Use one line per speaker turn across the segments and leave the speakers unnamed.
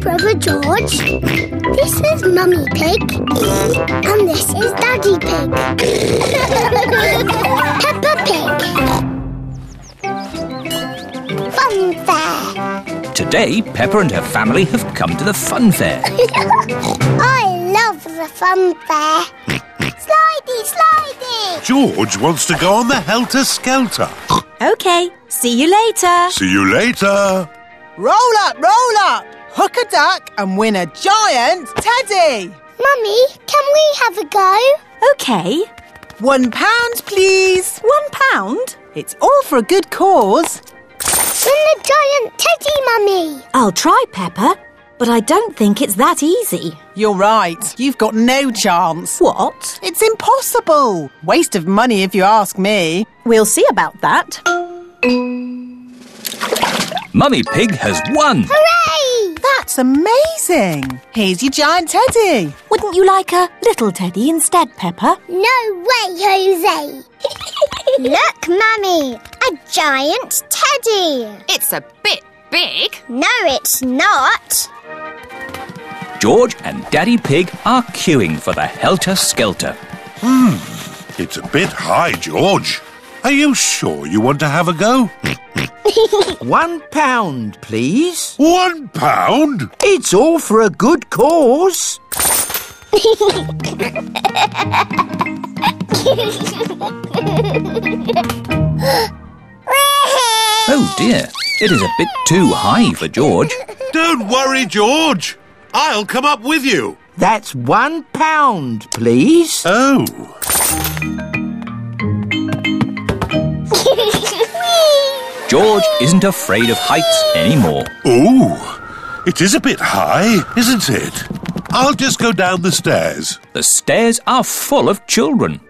Brother George. This is Mummy Pig. And this is Daddy Pig. Peppa Pig. Fun fair.
Today, Pepper and her family have come to the fun fair.
I love the fun fair. Slidey, slidey.
George wants to go on the helter skelter.
Okay, see you later.
See you later.
Roll up, roll up! Hook a duck and win a giant teddy!
Mummy, can we have a go?
Okay,
One pound, please!
one pound?
It's all for a good cause.
Win the giant teddy, Mummy.
I'll try, Pepper, but I don't think it's that easy.
You're right, you've got no chance.
What?
It's impossible! Waste of money if you ask me.
We'll see about that.
Mummy Pig has won.
Hooray!
That's amazing! Here's your giant teddy.
Wouldn't you like a little teddy instead, Pepper?
No way, Jose. Look, Mummy, a giant teddy.
It's a bit big.
No, it's not.
George and Daddy Pig are queuing for the helter skelter.
It's a bit high, George. Are you sure you want to have a go?
One pound, please.
One pound?
It's all for a good cause.
Oh dear, it is a bit too high for George.
Don't worry, George. I'll come up with you.
That's one pound, please.
Oh,
Whee!
George isn't afraid of heights anymore.
ooh. It is a bit high, isn't it? I'll just go down the stairs.
The stairs are full of children.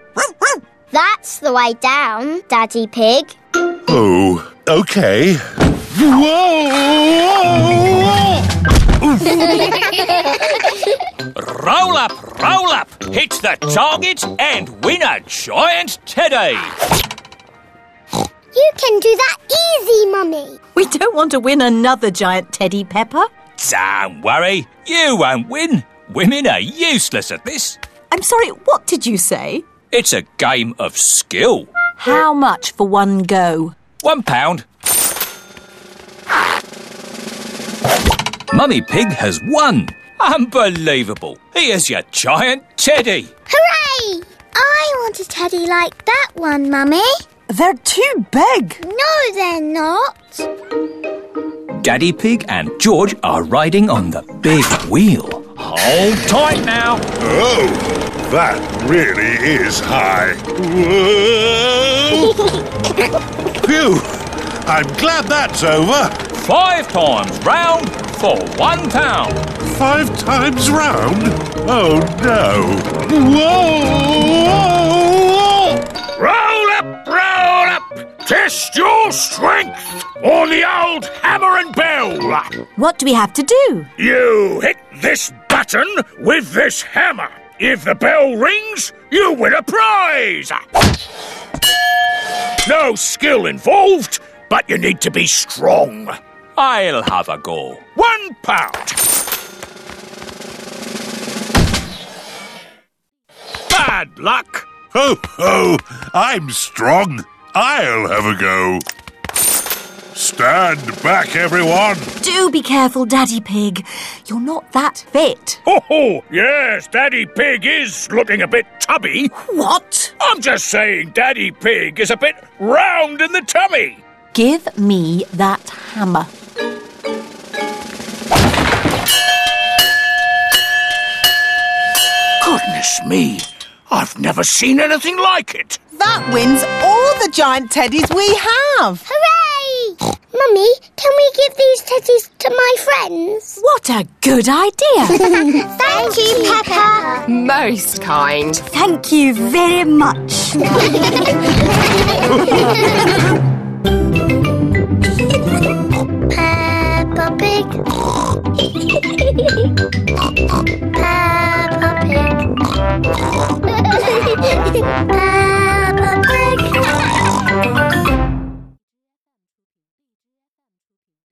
That's the way down, Daddy Pig.
Oh, okay. Whoa!
Roll up, roll up, hit the target and win a giant teddy.
You can do that easy, Mummy.
We don't want to win another giant teddy, Pepper.
Don't worry, you won't win. Women are useless at this.
I'm sorry, what did you say?
It's a game of skill.
How much for one go?
One pound. Mummy Pig has won. Unbelievable. Here's your giant teddy.
Hooray! I want a teddy like that one, Mummy.
They're too big.
No, they're not.
Daddy Pig and George are riding on the big wheel. Hold tight now.
Oh, that really is high. Whoa! Phew! I'm glad that's over.
Five times round for one pound.
Five times round? Oh no. Whoa!
Roll up, roll up! Test your strength on the old hammer and bell!
What do we have to do?
You hit this button with this hammer. If the bell rings, you win a prize! No skill involved, but you need to be strong.
I'll have a go.
One pound. Bad luck.
Ho ho! I'm strong. I'll have a go. Stand back, everyone.
Do be careful, Daddy Pig. You're not that fit.
Ho ho! Yes, Daddy Pig is looking a bit tubby.
What?
I'm just saying Daddy Pig is a bit round in the tummy.
Give me that hammer.
Goodness me, I've never seen anything like it.
That wins all the giant teddies we have.
Hooray! Mummy, can we give these teddies to my friends?
What a good idea.
Thank, you, Peppa.
Most kind.
Thank you very much.